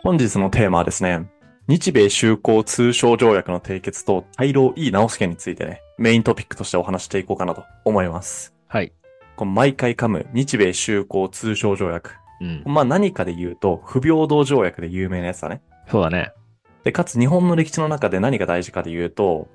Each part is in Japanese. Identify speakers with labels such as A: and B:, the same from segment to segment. A: 本日のテーマはですね、日米修好通商条約の締結と大老井直輔についてね、メイントピックとしてお話していこうかなと思います。
B: はい。
A: この毎回噛む日米修好通商条約。
B: うん。
A: まあ何かで言うと、不平等条約で有名なやつだね。
B: そうだね。
A: で、かつ日本の歴史の中で何が大事かで言うと、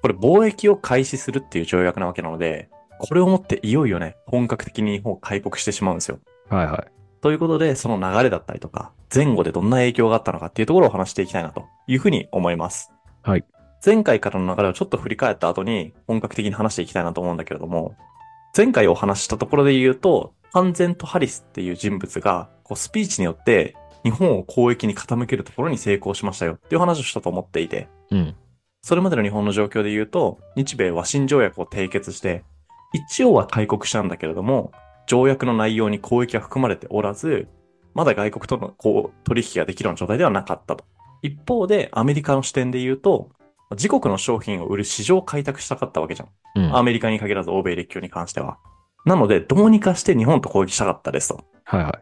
A: これ貿易を開始するっていう条約なわけなので、これをもっていよいよね、本格的に日本を開国してしまうんですよ。
B: はいは
A: ということで、その流れだったりとか、前後でどんな影響があったのかっていうところを話していきたいなというふうに思います。
B: はい。
A: 前回からの流れをちょっと振り返った後に本格的に話していきたいなと思うんだけれども、前回お話ししたところで言うと、ハンゼント・ハリスっていう人物が、こうスピーチによって日本を交易に傾けるところに成功しましたよっていう話をしたと思っていて、
B: い。うん。
A: それまでの日本の状況で言うと、日米和親条約を締結して、一応は開国したんだけれども、条約の内容に交易は含まれておらず、まだ外国とのこう取引ができるような状態ではなかったと。一方で、アメリカの視点で言うと、自国の商品を売る市場を開拓したかったわけじゃん。
B: うん。
A: ア
B: はい
A: メリカに限らず欧米列強に関しては。なので、どうにかして日本と交易したかったですと。
B: は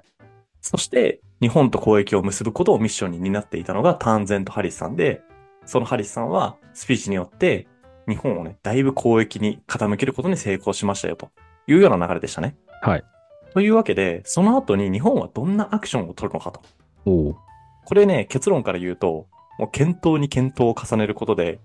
A: そして、日本と交易を結ぶことをミッションに担っていたのがターンゼント・ハリスさんで、そのハリスさんはスピーチによって、日本をね、だいぶ交易に傾けることに成功しましたよ、というような流れでしたね。
B: はい。
A: というわけで、その後に日本はどんなアクションを取るのかと。
B: い。おお。
A: これね、結論から言うと、もう検討に検討を重ねることで、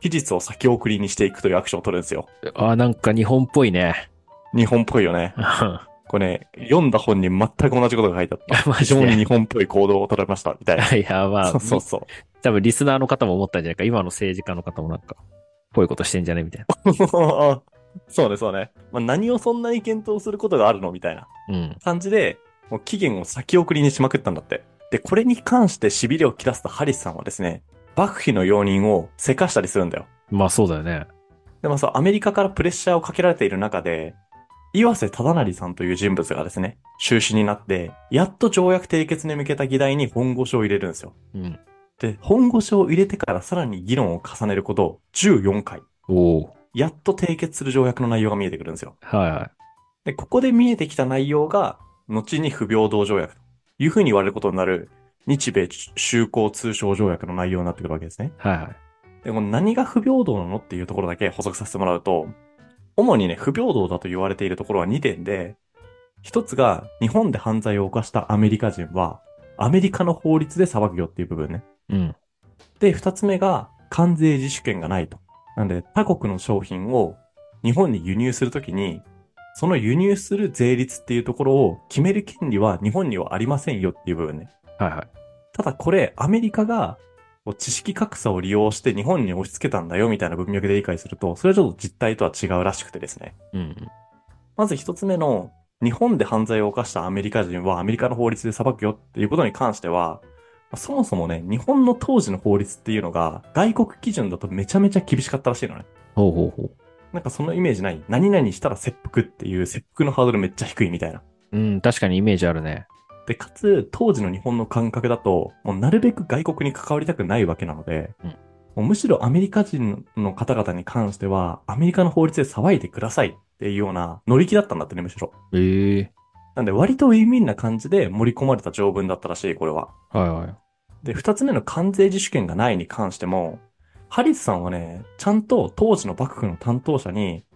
A: 期日を先送りにしていくというアクションを取るんですよ。
B: あー、なんか日本っぽいね。
A: 日本っぽいよね。
B: は
A: これね、読んだ本に全く同じことが書いてあった。
B: マ
A: 非
B: ジ
A: 常
B: で
A: に日本っぽい行動を取られました、みたいな。
B: いや、 まあ、
A: そうそうそう。
B: 多分リスナーの方も思ったんじゃないか。今の政治家の方もなんか、ぽいことしてんじゃねみたい
A: あ そうね、そうね。まあ、何をそんなに検討することがあるのみたいな
B: な。うん。
A: 感じで、もう期限を先送りにしまくったんだって。で、これに関して痺れを切らせたハリスさんはですね、幕府の容認をせかしたりするんだよ。
B: まあそうだよね。
A: でもさ、アメリカからプレッシャーをかけられている中で、岩瀬忠成さんという人物がですね、終始になって、やっと条約締結に向けた議題に本腰を入れるんですよ。
B: うん。
A: で、本腰を入れてからさらに議論を重ねること14回。
B: おお。
A: やっと締結する条約の内容が見えてくるんですよ。
B: はいはい。
A: で、ここで見えてきた内容が、後に不平等条約というふうに言われることになる、日米修好通商条約の内容になってくるわけですね。
B: はいはい。
A: で、この何が不平等なのっていうところだけ補足させてもらうと、主にね、不平等だと言われているところは2点で、一つが、日本で犯罪を犯したアメリカ人は、アメリカの法律で裁くよっていう部分ね。
B: うん。
A: で、二つ目が、関税自主権がないと。なんで、他国の商品を日本に輸入するときに、その輸入する税率っていうところを決める権利は日本にはありませんよっていう部分ね。
B: はいはい。
A: ただこれ、アメリカがこう知識格差を利用して日本に押し付けたんだよみたいな文脈で理解すると、それはちょっと実態とは違うらしくてですね。
B: うん。
A: まず一つ目の、日本で犯罪を犯したアメリカ人はアメリカの法律で裁くよっていうことに関しては、まあそもそもね、日本の当時の法律っていうのが、外国基準だとめちゃめちゃ厳しかったらしいのね。
B: ほうほうほ
A: なんかそのイメージない何々したら切腹っていう切腹のハードルめっちゃ低いみたいな。
B: う。うん、確かにイメージあるね。
A: で、かつ、当時の日本の感覚だと、もうなるべく外国に関わりたくないわけなので、
B: うん
A: もうむしろアメリカ人の方々に関しては、アメリカの法律で騒いでくださいっていうような乗り気だったんだってね、むしろ。
B: ええ
A: なんで割とウィンウィンな感じで盛り込まれた条文だったらしい、これは。
B: はいはい。
A: で、二つ目の関税自主権がないに関しても、ハリスさんはね、ちゃんと当時の幕府の担当者に、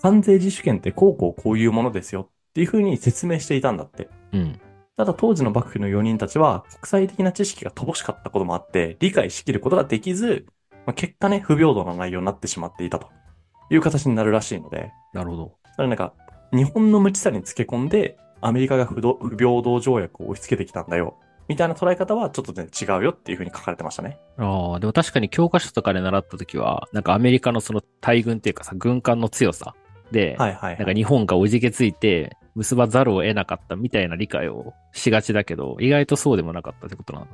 A: 関税自主権ってこうこうこういうものですよっていうふうに説明していたんだって。
B: うん。
A: ただ当時の幕府の4人たちは国際的な知識が乏しかったこともあって理解しきることができず、まあ、結果ね、不平等な内容になってしまっていたという形になるらしいので、
B: なるほど。
A: それなんか日本の無知さにつけ込んでアメリカが不動不平等条約を押し付けてきたんだよ、みたいな捉え方はちょっとね、違うよっていうふうに書かれてましたね。
B: ああ、でも確かに教科書とかで習った時は、なんかアメリカのその大軍っていうかさ、軍艦の強さで、
A: はいはい、
B: なん
A: は
B: か
A: い。
B: 日本がおじけついて結ばざるを得なかったみたいな理解をしがちだけど、意外とそうでもなかったってことなんだ。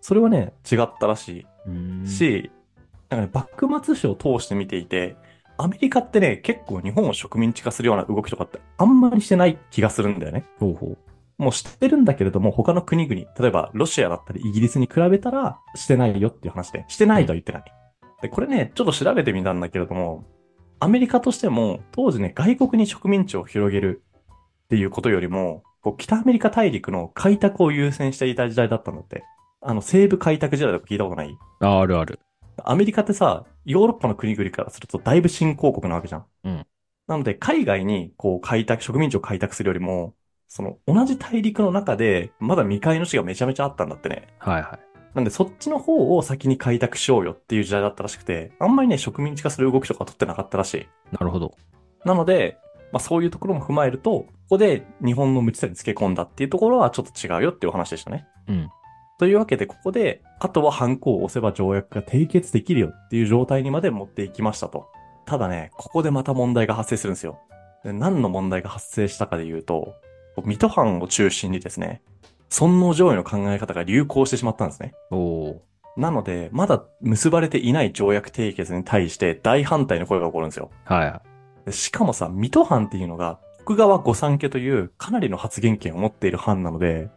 A: それはね、違ったらし
B: うーん
A: いし、なんかね、幕末史を通して見ていて、アメリカってね、結構日本を植民地化するような動きとかってあんまりしてない気がするんだよね。
B: ほうほう。
A: もうしてるんだけれども、他の国々、例えばロシアだったりイギリスに比べたら、してないよっていう話で、してないとは言ってない。で、これね、ちょっと調べてみたんだけれども、アメリカとしても、当時ね、外国に植民地を広げるっていうことよりも、こう北アメリカ大陸の開拓を優先していた時代だったんだって。あの、西部開拓時代とか聞いたことない
B: あ、あるある。
A: アメリカってさ、ヨーロッパの国々からするとだいぶ新興国なわけじゃん。
B: うん
A: なので、海外にこう開拓、植民地を開拓するよりも、その同じ大陸の中で、まだ未開の地がめちゃめちゃあったんだってね。
B: はいはい。
A: なんで、そっちの方を先に開拓しようよっていう時代だったらしくて、あんまりね、植民地化する動きとか取ってなかったらしい。
B: なるほど。
A: なので、まあそういうところも踏まえると、ここで日本の無知さにつけ込んだっていうところはちょっと違うよっていうお話でしたね。
B: うん。
A: というわけで、ここで、あとはハンコを押せば条約が締結できるよっていう状態にまで持っていきましたと。ただね、ここでまた問題が発生するんですよ。で何の問題が発生したかで言うと、水戸藩を中心にですね、尊王攘夷の考え方が流行してしまったんですね。
B: おお
A: なので、まだ結ばれていない条約締結に対して大反対の声が起こるんですよ。
B: ー。はいはい。
A: でしかもさ、水戸藩っていうのが、徳川御三家というかなりの発言権を持っている藩なので、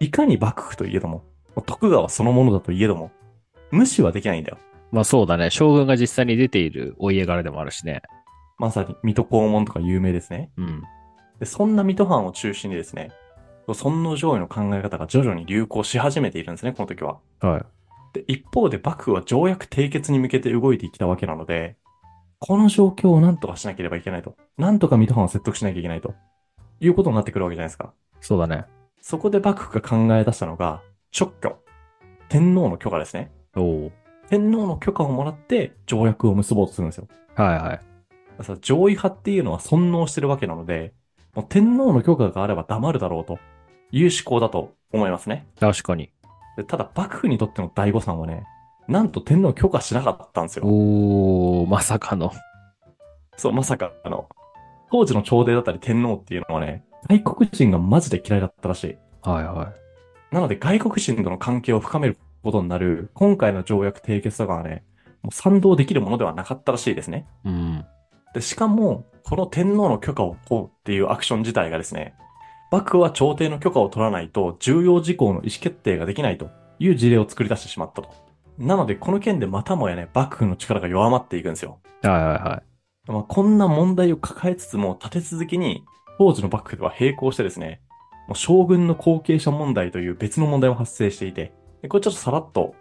A: いかに幕府といえども、徳川そのものだといえども、無視はできないんだよ。
B: まあそうだね。将軍が実際に出ているお家柄でもあるしね。
A: まさに水戸黄門とか有名ですね。
B: うん。
A: で、そんな水戸藩を中心にですね、尊王攘夷の考え方が徐々に流行し始めているんですね、この時は。
B: はい。
A: で、一方で幕府は条約締結に向けて動いてきたわけなので、この状況をなんとかしなければいけないと。なんとか水戸藩を説得しなきゃいけないと。いうことになってくるわけじゃないですか。
B: そうだね。
A: そこで幕府が考え出したのが、勅許。天皇の許可ですね。
B: おお
A: 天皇の許可をもらって条約を結ぼうとするんですよ。
B: はいはい。
A: さ、上位派っていうのは尊納してるわけなので、もう天皇の許可があれば黙るだろうという思考だと思いますね。
B: 確かに。
A: でただ幕府にとっての醍醐さんはね、なんと天皇を許可しなかったんですよ。
B: おおまさかの。
A: そう、まさか、あの、当時の朝廷だったり天皇っていうのはね、外国人がマジで嫌いだったらしい。
B: はいは
A: なので外国人との関係を深めることになる、今回の条約締結とかはね、もう賛同できるものではなかったらしいですね。
B: い。うん。
A: で、しかも、この天皇の許可をこうっていうアクション自体がですね、幕府は朝廷の許可を取らないと重要事項の意思決定ができないという事例を作り出してしまったと。なので、この件でまたもやね、幕府の力が弱まっていくんですよ。
B: はいはいはい。
A: まあ、こんな問題を抱えつつも立て続けに、当時の幕府では並行してですね、もう将軍の後継者問題という別の問題も発生していて、でこれちょっとさらっと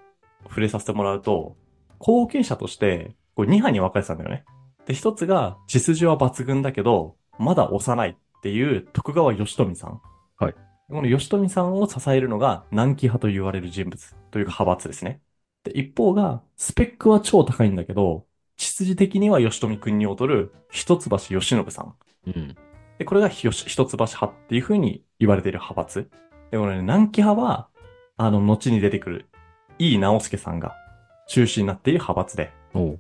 A: 触れさせてもらうと、後継者として、これ2派に分かれてたんだよね。で、一つが、血筋は抜群だけど、まだ幼いっていう徳川義富さん。
B: はい。
A: この義富さんを支えるのが南紀派と言われる人物というか派閥ですね。で、一方が、スペックは超高いんだけど、血筋的には義富君に劣る一橋義信さん。
B: うん。
A: で、これがひよし一橋派っていう風に言われている派閥。で、これね、南紀派は、あの、後に出てくる、井伊直輔さんが中心になっている派閥で。
B: おお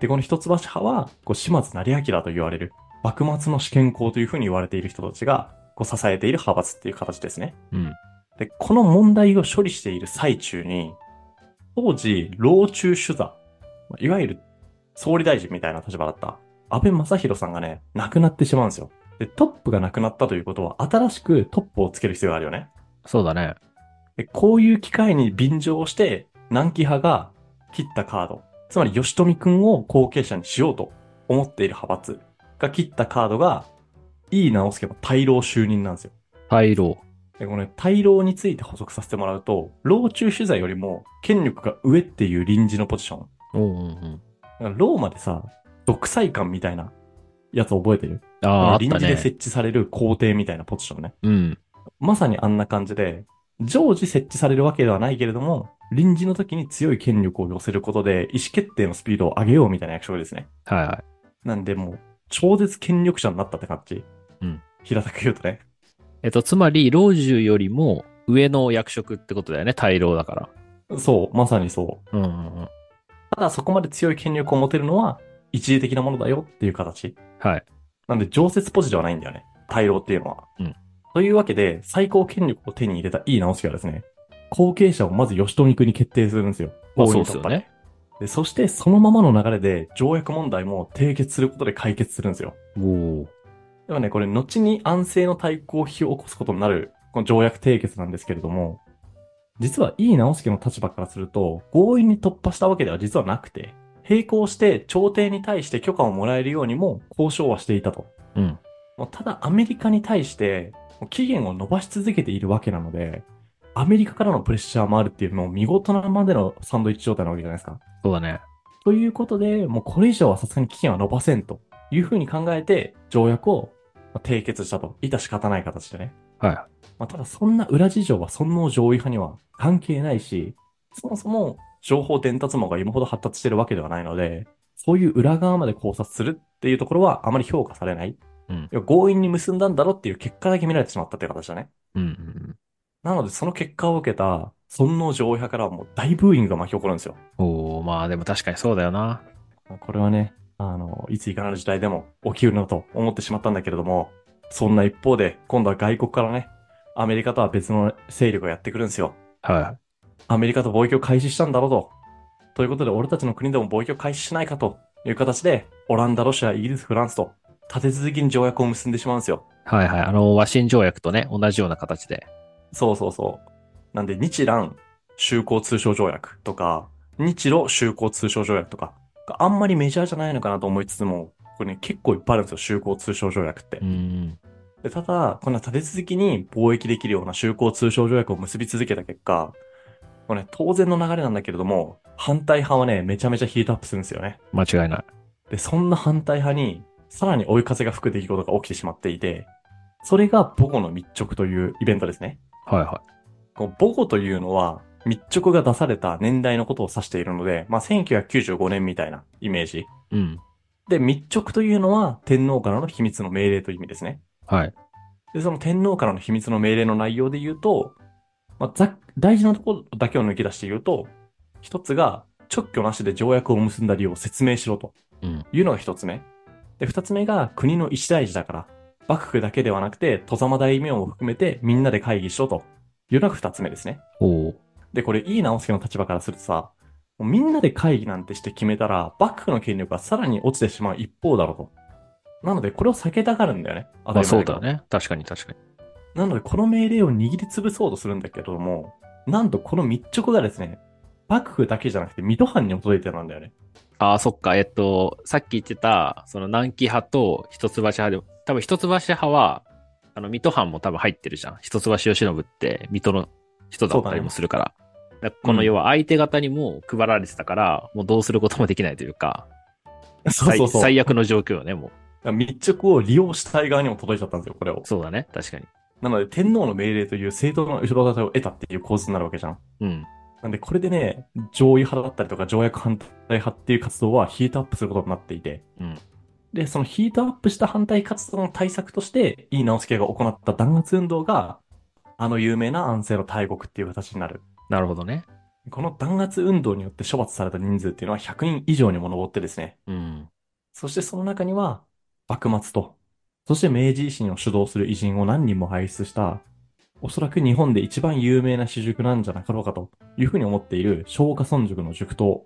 A: で、この一橋派は、こう、島津成明と言われる、幕末の試験校という風に言われている人たちが、こう、支えている派閥っていう形ですね。
B: うん。
A: で、この問題を処理している最中に、当時、老中主座、まあいわゆる総理大臣みたいな立場だった安倍正宏さんがね、亡くなってしまうんですよ。で、トップが亡くなったということは、新しくトップをつける必要があるよね。
B: そうだね。
A: でこういう機会に便乗して、南紀派が切ったカード、つまり吉富くんを後継者にしようと思っている派閥が切ったカードが、井伊直輔の大老就任なんですよ。
B: 廃炉。
A: で、このね、大老について補足させてもらうと、老中取材よりも権力が上っていう臨時のポジション。
B: おおうんうん。
A: だからローマでさ、独裁官みたいなやつ覚えてる
B: ああ、あっ
A: 臨
B: た
A: 時で
B: ね。
A: 設置される皇帝みたいなポジションね。
B: うん。
A: まさにあんな感じで、常時設置されるわけではないけれども、臨時の時に強い権力を寄せることで、意思決定のスピードを上げようみたいな役職ですね。
B: はいはい。
A: なんでもう、超絶権力者になったって感じ。
B: うん。
A: 平たく言うとね。
B: えっと、つまり、老中よりも上の役職ってことだよね。大老だから。
A: そう、まさにそう。
B: うんうんうん。
A: ただそこまで強い権力を持てるのは一時的なものだよっていう形。
B: はい。
A: なんで常設ポジではないんだよね。大老っていうのは。
B: うん
A: というわけで、最高権力を手に入れた井伊直輔がですね、後継者をまず吉富君に決定するんですよ。
B: ま
A: 大
B: あ
A: い
B: そう
A: に
B: ですよ
A: 突破
B: ね。
A: で。そしてそのままの流れで条約問題も締結することで解決するんですよ。
B: おお
A: でもね、これ後に安政の対抗を引き起こすことになる、この条約締結なんですけれども、実は井伊直輔の立場からすると、強引に突破したわけでは実はなくて、並行して朝廷に対して許可をもらえるようにも交渉はしていたと。
B: うん。
A: もうただアメリカに対して、もう期限を伸ばし続けているわけなので、アメリカからのプレッシャーもあるっていう、もう見事なまでのサンドイッチ状態なわけじゃないですか。
B: そうだね。
A: ということで、もうこれ以上はさすがに期限は伸ばせんというふうに考えて、条約をまあ締結したと。いた仕方ない形でね。
B: は
A: まあ、ただそんな裏事情は尊王攘夷派には関係ないし、そもそも情報伝達網が今ほど発達してるわけではないので、そういう裏側まで考察するっていうところはあまり評価されない。
B: うん
A: 要は強引に結んだんだろっていう結果だけ見られてしまったっていう形だね。
B: い。うんうん
A: なのでその結果を受けた尊王攘夷派からはもう大ブーイングが巻き起こるんですよ。
B: うん。おおまあでも確かにそうだよな。
A: これはね、あの、いついかなる時代でも起きるなと思ってしまったんだけれども、そんな一方で、今度は外国からね、アメリカとは別の勢力がやってくるんですよ。
B: は
A: アメリカと貿易を開始したんだろうと。ということで、俺たちの国でも貿易を開始しないかという形で、オランダ、ロシア、イギリス、フランスと、立て続けに条約を結んでしまうんですよ。
B: い。はいはい。あの、和親条約とね、同じような形で。
A: そうそうそう。なんで、日蘭修好通商条約とか、日露修好通商条約とか、あんまりメジャーじゃないのかなと思いつつも、これね、結構いっぱいあるんですよ、修好通商条約って
B: う。ん。
A: でただ、こんな立て続きに貿易できるような修好通商条約を結び続けた結果、これね、当然の流れなんだけれども、反対派はね、めちゃめちゃヒートアップするんですよね。
B: 間違いない。
A: で、そんな反対派に、さらに追い風が吹く出来事が起きてしまっていて、それが母語の密直というイベントですね。
B: はいは
A: この母語というのは、密直が出された年代のことを指しているので、まあ、1995年みたいなイメージ。
B: い。うん。
A: で、密直というのは、天皇からの秘密の命令という意味ですね。
B: はい。
A: で、その天皇からの秘密の命令の内容で言うと、まあ、ざっ大事なところだけを抜き出して言うと、一つが、直挙なしで条約を結んだ理由を説明しろと
B: うん。
A: いうのが一つ目。で、二つ目が、国の一大事だから、幕府だけではなくて、戸様大名を含めてみんなで会議しろというのが二つ目ですね。
B: おお
A: で、これ、いい直輔の立場からするとさ、もうみんなで会議なんてして決めたら、幕府の権力はさらに落ちてしまう一方だろうと。なので、これを避けたがるんだよね。当た
B: まあ
A: り前
B: そう
A: けど
B: だね。確かに確かに。
A: なので、この命令を握りつぶそうとするんだけれども、なんとこの密直がですね、幕府だけじゃなくて、水戸藩にも届いてるんだよね。
B: ああ、そっか。えっと、さっき言ってた、その南紀派と一橋派でも、多分一橋派は、あの、水戸藩も多分入ってるじゃん。一橋慶喜って水戸の人だったりもするから。だからこの
A: うん
B: 要は相手方にも配られてたから、もうどうすることもできないというか、
A: そうそうそう。
B: 最最悪の状況よね、も
A: 密直を利用したい側にも届いちゃったんですよ、これを
B: う。。そうだね、確かに。
A: なので、天皇の命令という正当な後ろ盾を得たっていう構図になるわけじゃん。
B: うん。
A: なんで、これでね、上位派だったりとか、条約反対派っていう活動はヒートアップすることになっていて、
B: うん
A: で、そのヒートアップした反対活動の対策として、井伊直輔が行った弾圧運動が、あの有名な安政の大国っていう形になる。
B: なるほどね。
A: この弾圧運動によって処罰された人数っていうのは100人以上にも上ってですね。
B: うん。
A: そしてその中には、幕末と、そして明治維新を主導する偉人を何人も輩出した、おそらく日本で一番有名な私塾なんじゃなかろうかというふうに思っている、昭和村塾の塾頭、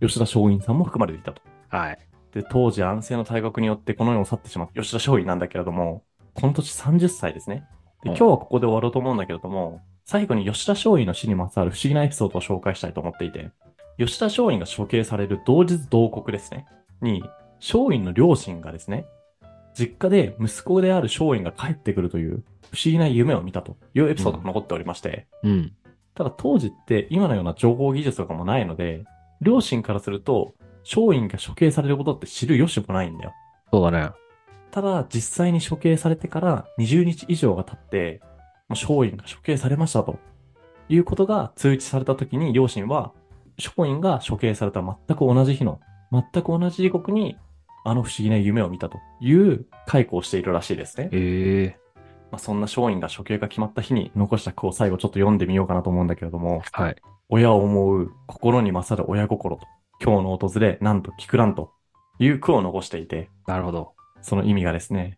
A: 吉田松陰さんも含まれていたと。
B: はい。
A: で、当時安政の大国によってこの世を去ってしまった吉田松陰なんだけれども、この年30歳ですね。で、
B: うん
A: 今日はここで終わろうと思うんだけれども、最後に吉田松陰の死にまつわる不思議なエピソードを紹介したいと思っていて、吉田松陰が処刑される同日同国ですね、に、松陰の両親がですね、実家で息子である松陰が帰ってくるという不思議な夢を見たというエピソードが残っておりまして、
B: うん。
A: ただ当時って今のような情報技術とかもないので、両親からすると、松陰が処刑されることって知る由もないんだよ。
B: そうだね。
A: ただ、実際に処刑されてから20日以上が経って、もう松陰が処刑されましたと。いうことが通知された時に両親は、松陰が処刑された全く同じ日の、全く同じ時刻に、あの不思議な夢を見たという解雇をしているらしいですね。
B: ええ
A: まあ、そんな松陰が処刑が決まった日に残した句を最後ちょっと読んでみようかなと思うんだけれども、
B: はい。
A: 親を思う心に勝る親心と、今日の訪れ、なんと聞くらんという句を残していて、
B: なるほど。
A: その意味がですね、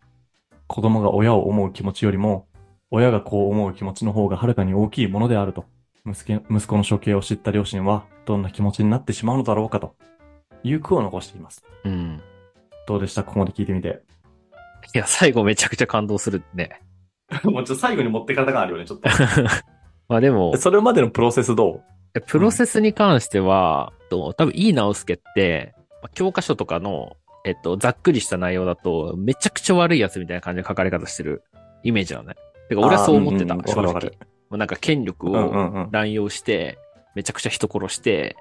A: 子供が親を思う気持ちよりも、親がこう思う気持ちの方がはるかに大きいものであると、息子息子の処刑を知った両親は、どんな気持ちになってしまうのだろうかという句を残しています。
B: うん。
A: どうでしたここまで聞いてみて。
B: いや、最後めちゃくちゃ感動するね。
A: もうちょっと最後に持ってかれた感あるよね、ちょっと。
B: まあでも、
A: それまでのプロセスどう
B: えプロセスに関しては、と多分、いい直すけって、まあ教科書とかの、えっと、ざっくりした内容だと、めちゃくちゃ悪いやつみたいな感じの書かれ方してるイメージなのね。てか、俺はそう思ってた、
A: あーうんうん
B: 正
A: わかるわか
B: 直
A: る。
B: もうなんか権力
A: うんう
B: を
A: んうん。
B: 乱用して、めちゃくちゃ人殺して、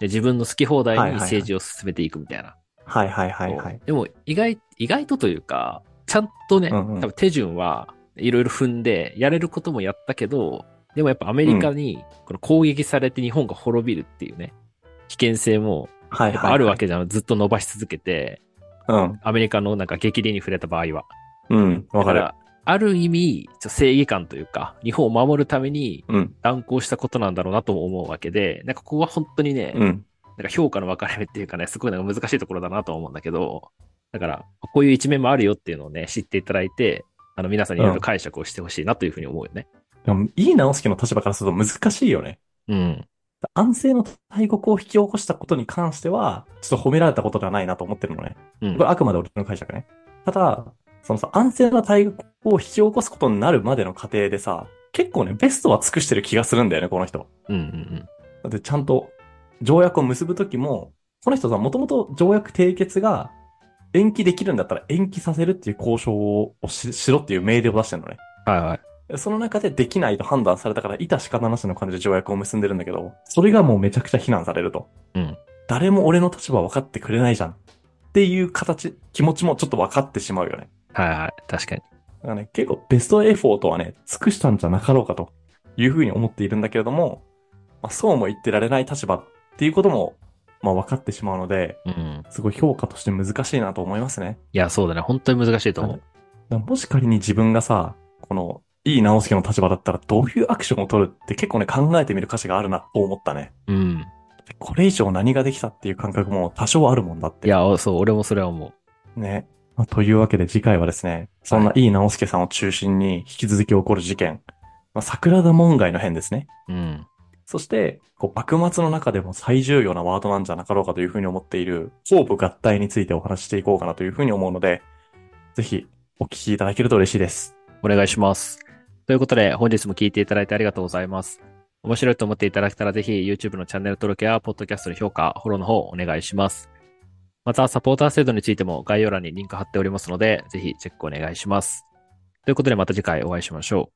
B: で自分の好き放題
A: はいはい
B: に
A: はい
B: 政治を進めていくみたいな。
A: はいはいはいはい。
B: でも意外、意外とというか、ちゃんとね、
A: うんうん
B: 多分手順はいろいろ踏んで、やれることもやったけど、でもやっぱアメリカにこの攻撃されて日本が滅びるっていうね、危険性も
A: はいはい、
B: やっ
A: はい。
B: ぱあるわけじゃん。ずっと伸ばし続けて、
A: うん。
B: アメリカのなんか激励に触れた場合は。
A: うん。わか
B: だ
A: る。
B: らある意味、ちょ正義感というか、日本を守るために
A: うん。
B: 断行したことなんだろうなとも思うわけで、なんかここは本当にね、
A: うん。
B: なんか評価の分かれ目っていうかね、すごいなんか難しいところだなとは思うんだけど、だから、こういう一面もあるよっていうのをね、知っていただいて、あの、皆さんにいろいろ解釈をしてほしいなというふうに思うよね。
A: でも、いい直すの立場からすると難しいよね。
B: うん。
A: 安政の大国を引き起こしたことに関しては、ちょっと褒められたことではないなと思ってるのね。
B: うん
A: これ。あくまで俺の解釈ね。ただ、そのさ、安政の大国を引き起こすことになるまでの過程でさ、結構ね、ベストは尽くしてる気がするんだよね、この人。
B: うん。うん。
A: だってちゃんと条約を結ぶときも、この人さ、もともと条約締結が延期できるんだったら延期させるっていう交渉をししろっていう命令を出してるのね。
B: はいはい。
A: その中でできないと判断されたから、いた仕方なしの感じで条約を結んでるんだけど、それがもうめちゃくちゃ非難されると。
B: うん。
A: 誰も俺の立場分かってくれないじゃん。っていう形、気持ちもちょっと分かってしまうよね。
B: はいはい。確かに。
A: だからね、結構ベストエフォートはね、尽くしたんじゃなかろうかというふうに思っているんだけれども、まあ、そうも言ってられない立場っていうことも、まあ分かってしまうので、
B: うん。
A: すごい評価として難しいなと思いますね。
B: いや、そうだね。本当に難しいと思
A: だからもし仮に自分がさ、この、いい直輔の立場だったらどういうアクションを取るって結構ね考えてみる価値があるなと思ったね。
B: う。うん。
A: これ以上何ができたっていう感覚も多少あるもんだって。
B: いや、そう、俺もそれは思う。
A: ね。まあというわけで次回はですね、そんないい直輔さんを中心に引き続き起こる事件、まあ、桜田門外の変ですね。
B: うん。
A: そして、こう幕末の中でも最重要なワードなんじゃなかろうかというふうに思っている、公部合体についてお話ししていこうかなというふうに思うので、ぜひお聞きいただけると嬉しいです。
B: お願いします。ということで、本日も聞いていただいてありがとうございます。面白いと思っていただけたら、ぜひ YouTube のチャンネル登録や、ポッドキャストの評価、フォローの方お願いします。また、サポーター制度についても概要欄にリンク貼っておりますので、ぜひチェックお願いします。ということで、また次回お会いしましょう。